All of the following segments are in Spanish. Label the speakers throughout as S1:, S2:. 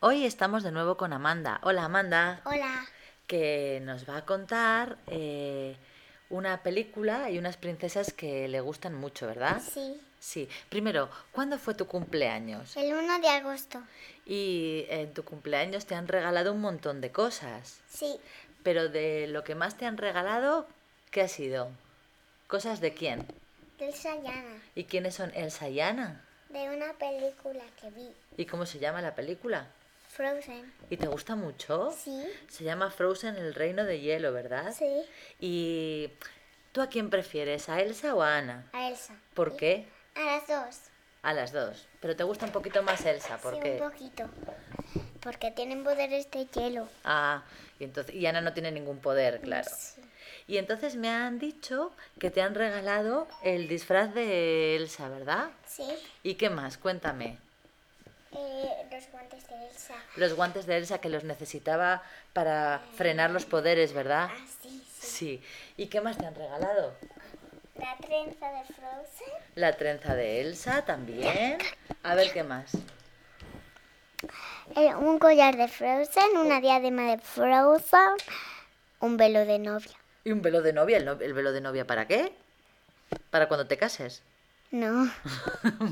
S1: Hoy estamos de nuevo con Amanda. Hola Amanda,
S2: Hola.
S1: que nos va a contar eh, una película y unas princesas que le gustan mucho, ¿verdad?
S2: Sí.
S1: Sí. Primero, ¿cuándo fue tu cumpleaños?
S2: El 1 de agosto.
S1: Y en tu cumpleaños te han regalado un montón de cosas,
S2: Sí.
S1: pero de lo que más te han regalado, ¿qué ha sido? ¿Cosas de quién?
S2: Del Sayana.
S1: ¿Y quiénes son Elsa y Anna?
S2: De una película que vi.
S1: ¿Y cómo se llama la película?
S2: Frozen.
S1: ¿Y te gusta mucho?
S2: Sí.
S1: Se llama Frozen, el reino de hielo, ¿verdad?
S2: Sí.
S1: ¿Y tú a quién prefieres, a Elsa o a Ana?
S2: A Elsa.
S1: ¿Por qué?
S2: A las dos.
S1: A las dos. Pero te gusta un poquito más Elsa, Ah, ¿por
S2: sí,
S1: qué?
S2: un poquito. Porque tienen poderes de hielo.
S1: Ah, y entonces y Ana no tiene ningún poder, claro.
S2: Sí.
S1: Y entonces me han dicho que te han regalado el disfraz de Elsa, ¿verdad?
S2: Sí.
S1: ¿Y qué más? Cuéntame.
S2: Eh, los guantes de Elsa.
S1: Los guantes de Elsa que los necesitaba para frenar los poderes, ¿verdad?
S2: Ah, sí, sí.
S1: Sí. ¿Y qué más te han regalado?
S2: La trenza de Frozen.
S1: La trenza de Elsa también. A ver qué más.
S2: Eh, un collar de Frozen.
S1: Oh.
S2: Una diadema de Frozen. Un velo de novia.
S1: ¿Y un velo de novia? ¿El, no- el velo de novia para qué? ¿Para cuando te cases?
S2: No.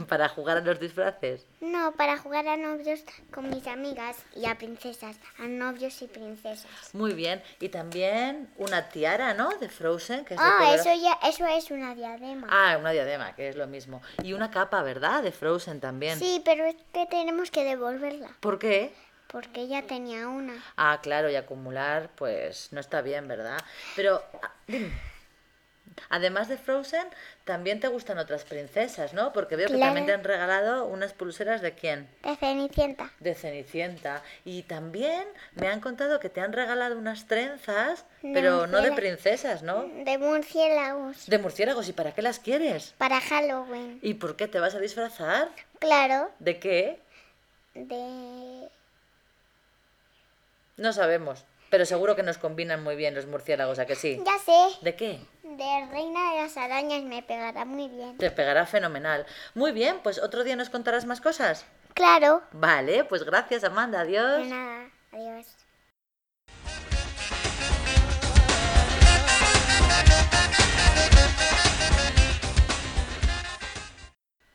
S1: ¿Para jugar a los disfraces?
S2: No, para jugar a novios con mis amigas y a princesas, a novios y princesas.
S1: Muy bien. Y también una tiara, ¿no? De Frozen, que es de
S2: Ah,
S1: color-
S2: eso ya, eso es una diadema.
S1: Ah, una diadema, que es lo mismo. Y una capa, ¿verdad? De Frozen también.
S2: Sí, pero es que tenemos que devolverla,
S1: ¿Por qué?
S2: porque ella tenía una.
S1: Ah, claro, y acumular, pues no está bien, ¿verdad? Pero, ah, dime, además de Frozen, también te gustan otras princesas, ¿no? Porque veo que
S2: Claro.
S1: también te han regalado unas pulseras de quién?
S2: De Cenicienta.
S1: De Cenicienta. Y también me han contado que te han regalado unas trenzas,
S2: De
S1: pero no de
S2: murciélago.
S1: princesas, ¿no?
S2: De murciélagos.
S1: De murciélagos. ¿Y para qué las quieres?
S2: Para Halloween.
S1: ¿Y por qué te vas a disfrazar?
S2: Claro,
S1: ¿De qué?
S2: de...
S1: No sabemos. Pero seguro que nos combinan muy bien los murciélagos, ¿a que sí?
S2: Ya sé,
S1: ¿De qué?
S2: de Reina de las Arañas me pegará muy bien.
S1: Te pegará fenomenal. Muy bien, pues otro día nos contarás más cosas.
S2: Claro.
S1: Vale, pues gracias Amanda, adiós.
S2: De nada, adiós.